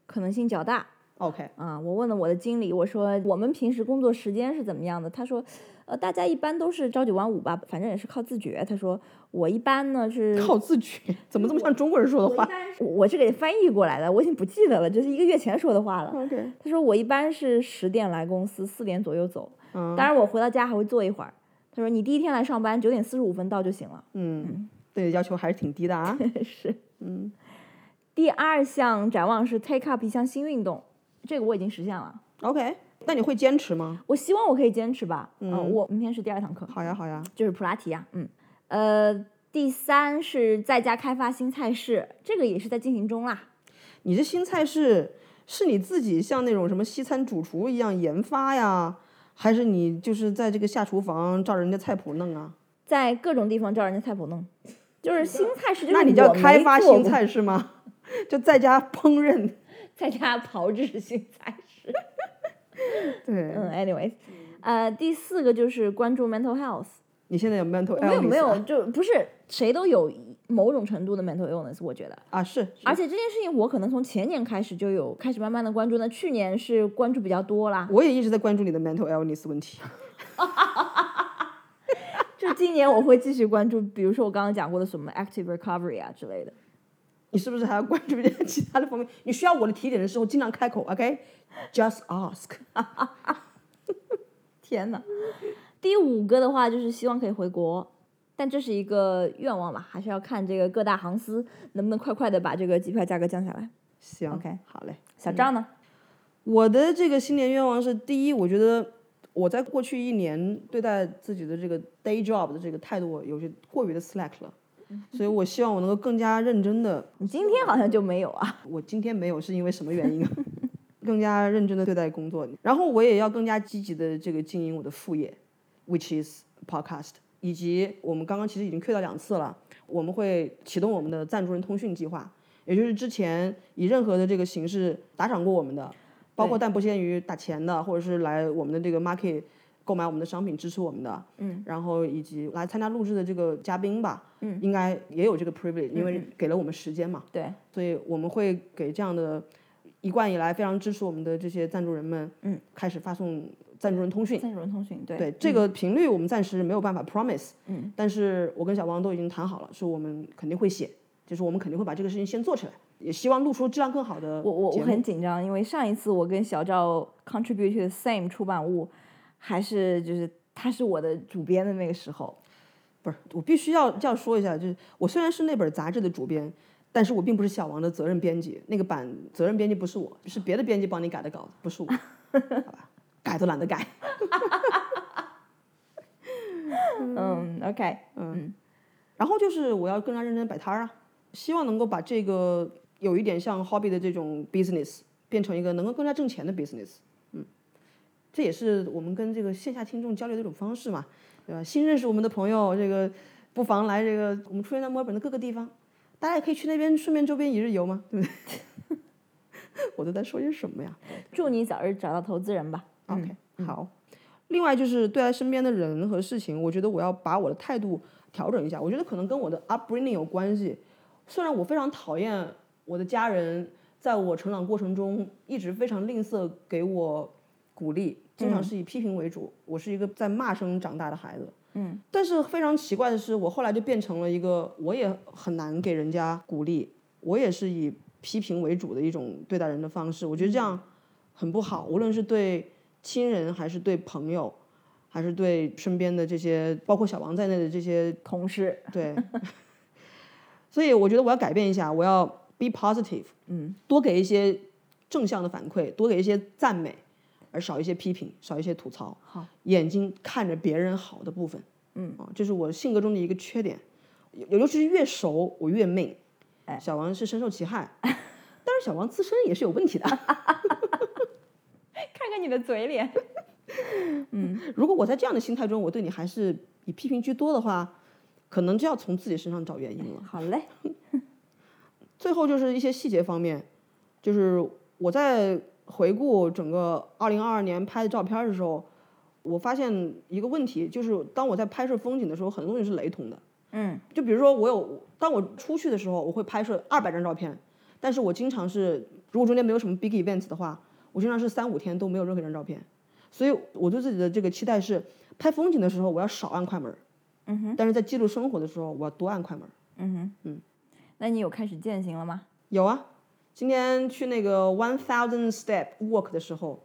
Speaker 2: 可能性较大
Speaker 1: ？OK，
Speaker 2: 啊。我问了我的经理，我说我们平时工作时间是怎么样的？他说，呃，大家一般都是朝九晚五吧，反正也是靠自觉。他说我一般呢是
Speaker 1: 靠自觉，怎么这么像中国人说的 话
Speaker 2: 我我这个也翻译过来了，我已经不记得了，这是一个月前说的话了。
Speaker 1: ？OK，
Speaker 2: 他说我一般是十点来公司，四点左右走，
Speaker 1: 嗯
Speaker 2: 当然我回到家还会坐一会儿。他说你第一天来上班九点四十五分到就行了。
Speaker 1: 嗯，对你的要求还是挺低的啊。
Speaker 2: 是。
Speaker 1: 嗯，
Speaker 2: 第二项展望是 take up 一项新运动，这个我已经实现了。
Speaker 1: OK，那你会坚持吗？
Speaker 2: 我希望我可以坚持吧。嗯、我明天是第二堂课，
Speaker 1: 好呀，好呀，
Speaker 2: 就是普拉提啊。嗯，呃，第三是在家开发新菜式，这个也是在进行中啦。
Speaker 1: 你这新菜式是你自己像那种什么西餐主厨一样研发呀，还是你就是在这个下厨房照人家菜谱弄啊？
Speaker 2: 在各种地方照人家菜谱弄，就是新菜式，就是
Speaker 1: 那你
Speaker 2: 我
Speaker 1: 叫
Speaker 2: 没
Speaker 1: 开发
Speaker 2: 做
Speaker 1: 新
Speaker 2: 过，
Speaker 1: 菜式吗？ 就在家烹饪，
Speaker 2: 在家炮制新菜式。
Speaker 1: 对，
Speaker 2: 嗯，anyways，呃，第四个就是关注 mental health。
Speaker 1: 你现在有 mental
Speaker 2: 没
Speaker 1: illness
Speaker 2: 有没有，
Speaker 1: 啊
Speaker 2: 就不是谁都有某种程度的 mental illness，我觉得。
Speaker 1: 啊？是，是
Speaker 2: 而且这件事情，我可能从前年开始就有开始慢慢的关注，那去年是关注比较多啦，
Speaker 1: 我也一直在关注你的 mental illness 问题。
Speaker 2: 就今年我会继续关注，比如说我刚刚讲过的什么 active recovery 啊之类的。
Speaker 1: 你是不是还要关注一些其他的方面？你需要我的提点的时候，尽量开口，OK？Just、ask。
Speaker 2: 天呐，第五个的话就是希望可以回国，但这是一个愿望吧，还是要看这个各大航司能不能快快的把这个机票价格降下来。
Speaker 1: 行
Speaker 2: OK
Speaker 1: 好嘞。
Speaker 2: 小张呢？
Speaker 1: 我的这个新年愿望是：第一，我觉得我在过去一年对待自己的这个 day job 的这个态度，有些过于的 slack 了，所以我希望我能够更加认真的。
Speaker 2: 你今天好像就没有啊？
Speaker 1: 我今天没有是因为什么原因啊？更加认真的对待工作，然后我也要更加积极的这个经营我的副业，which is podcast，以及我们刚刚其实已经 Q 到两次了，我们会启动我们的赞助人通讯计划，也就是之前以任何的这个形式打赏过我们的，包括但不限于打钱的，或者是来我们的这个 market 购买我们的商品支持我们的，嗯，然后以及来参加录制的这个嘉宾吧，嗯，应该也有这个 privilege，因为给了我们时间嘛，
Speaker 2: 对，
Speaker 1: 所以我们会给这样的一贯以来非常支持我们的这些赞助人们，嗯，开始发送赞助人通讯。
Speaker 2: 赞助人通讯，对
Speaker 1: 对这个频率，我们暂时没有办法 promise，嗯，但是我跟小王都已经谈好了，说我们肯定会写，就是我们肯定会把这个事情先做起来，也希望录出质量更好的
Speaker 2: 我我我
Speaker 1: 节目
Speaker 2: 很紧张，因为上一次我跟小赵 contribute to the same 出版物，还是就是他是我的主编的那个时候，
Speaker 1: 不是，我必须要要说一下，就是我虽然是那本杂志的主编，但是我并不是小王的责任编辑，那个版责任编辑不是我，是别的编辑帮你改的稿子，不是我 ，好吧，改都懒得改。
Speaker 2: 嗯，OK，
Speaker 1: 然后就是我要更加认真摆摊儿啊，希望能够把这个有一点像 hobby 的这种 business 变成一个能够更加挣钱的 business。嗯，这也是我们跟这个线下听众交流的一种方式嘛，对吧？新认识我们的朋友，这个不妨来这个我们出现在墨尔本的各个地方，大家也可以去那边顺便周边一日游嘛，对不 对？我都在说些什么呀？
Speaker 2: 祝你早日找到投资人吧。
Speaker 1: OK，、好。另外就是对待身边的人和事情，我觉得我要把我的态度调整一下。我觉得可能跟我的 upbringing 有关系。虽然我非常讨厌我的家人在我成长过程中一直非常吝啬给我鼓励，经常是以批评为主。我是一个在骂声长大的孩子。嗯，但是非常奇怪的是，我后来就变成了一个我也很难给人家鼓励，我也是以批评为主的一种对待人的方式。我觉得这样很不好，无论是对亲人还是对朋友，还是对身边的这些，包括小王在内的这些
Speaker 2: 同事，
Speaker 1: 对， 所以我觉得我要改变一下，我要 be positive，嗯，多给一些正向的反馈，多给一些赞美，而少一些批评，少一些吐槽。好，眼睛看着别人好的部分，嗯，啊，这是我性格中的一个缺点，尤尤其是越熟我越命，小王是深受其害，但是小王自身也是有问题的。
Speaker 2: 看看你的嘴脸。
Speaker 1: 如果我在这样的心态中，我对你还是以批评居多的话，可能就要从自己身上找原因了。
Speaker 2: 好嘞，
Speaker 1: 最后就是一些细节方面，就是我在回顾整个2022年拍的照片儿的时候，我发现一个问题，就是当我在拍摄风景的时候，很多东西是雷同的。
Speaker 2: 嗯，
Speaker 1: 就比如说我有，当我出去的时候，我会拍摄200张照片，但是我经常是，如果中间没有什么 big events 的话，我经常是三五天都没有任何一张照片。所以我对自己的这个期待是，拍风景的时候我要少按快门，嗯哼，但是在记录生活的时候，我要多按快门。
Speaker 2: 那你有开始践行了吗？
Speaker 1: 有啊，今天去那个 One Thousand Step Walk 的时候，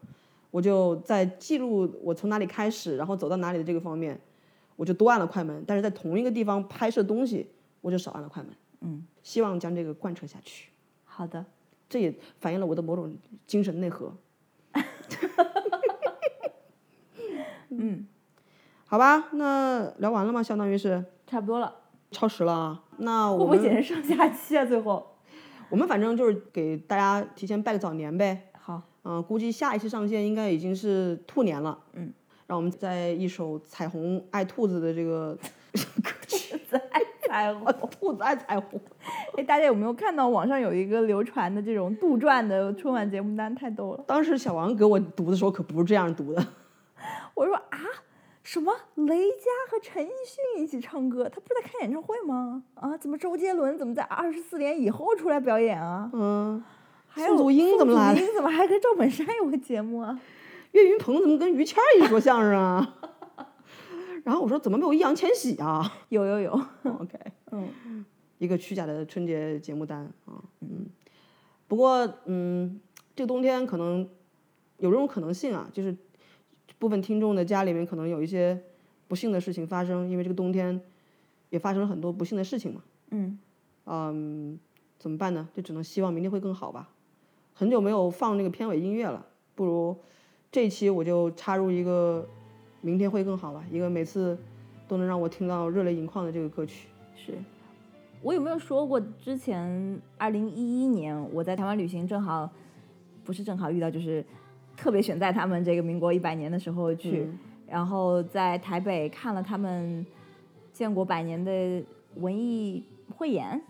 Speaker 1: 我就在记录我从哪里开始，然后走到哪里的这个方面，我就多按了快门。但是在同一个地方拍摄东西，我就少按了快门。嗯，希望将这个贯彻下去。
Speaker 2: 好的，
Speaker 1: 这也反映了我的某种精神内核。嗯， 好吧，那聊完了吗？相当于是
Speaker 2: 差不多了，
Speaker 1: 超时了啊。那
Speaker 2: 会
Speaker 1: 我
Speaker 2: 不
Speaker 1: 们
Speaker 2: 会剪成上下期啊？最后，
Speaker 1: 我们反正就是给大家提前拜个早年呗。
Speaker 2: 好，
Speaker 1: 呃嗯、估计下一期上线应该已经是兔年了。嗯，让我们在一首《彩虹爱兔子》的这个 歌曲，
Speaker 2: 爱彩虹。
Speaker 1: 兔子爱彩虹，
Speaker 2: 哎，大家有没有看到网上有一个流传的这种杜撰的春晚节目单？太逗了！
Speaker 1: 当时小王给我读的时候可不是这样读的，
Speaker 2: 我说啊，什么雷佳和陈奕迅一起唱歌，他不是在开演唱会吗？啊，怎么周杰伦怎么在二十四点以后出来表演啊？
Speaker 1: 嗯，
Speaker 2: 还有
Speaker 1: 宋祖英怎么来
Speaker 2: 宋祖英怎么还跟赵本山有个节目啊？
Speaker 1: 岳云鹏怎么跟于谦儿一起说相声啊？ 然后我说怎么没有易烊千玺啊
Speaker 2: 有有有，
Speaker 1: ？OK，
Speaker 2: 嗯，
Speaker 1: 一个虚假的春节节目单啊，嗯，不过嗯，这冬天可能有这种可能性啊，就是部分听众的家里面可能有一些不幸的事情发生，因为这个冬天也发生了很多不幸的事情嘛，
Speaker 2: 嗯，
Speaker 1: 嗯，怎么办呢？就只能希望明天会更好吧。很久没有放那个片尾音乐了，不如这一期我就插入一个明天会更好吧，一个每次都能让我听到热泪盈眶的这个歌曲。
Speaker 2: 是。我有没有说过之前二零一一年我在台湾旅行，正好不是正好遇到，就是特别选在他们这个民国一百年的时候去，
Speaker 1: 嗯
Speaker 2: 然后在台北看了他们建国百年的文艺汇演，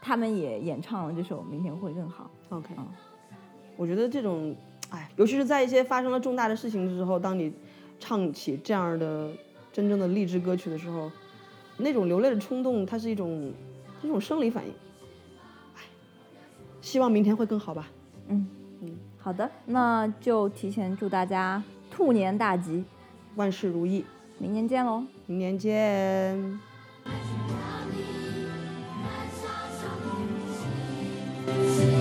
Speaker 2: 他们也演唱了这首《明天会更好
Speaker 1: OK，、
Speaker 2: 嗯
Speaker 1: 我觉得这种，哎，尤其是在一些发生了重大的事情之后，当你唱起这样的真正的励志歌曲的时候，那种流泪的冲动，它是一种一种生理反应。哎，希望明天会更好吧。》。
Speaker 2: 嗯
Speaker 1: 嗯，
Speaker 2: 好的，那就提前祝大家兔年大吉，
Speaker 1: 万事如意，
Speaker 2: 明年见喽。
Speaker 1: 明年见。
Speaker 3: 哪里？燃烧着梦想。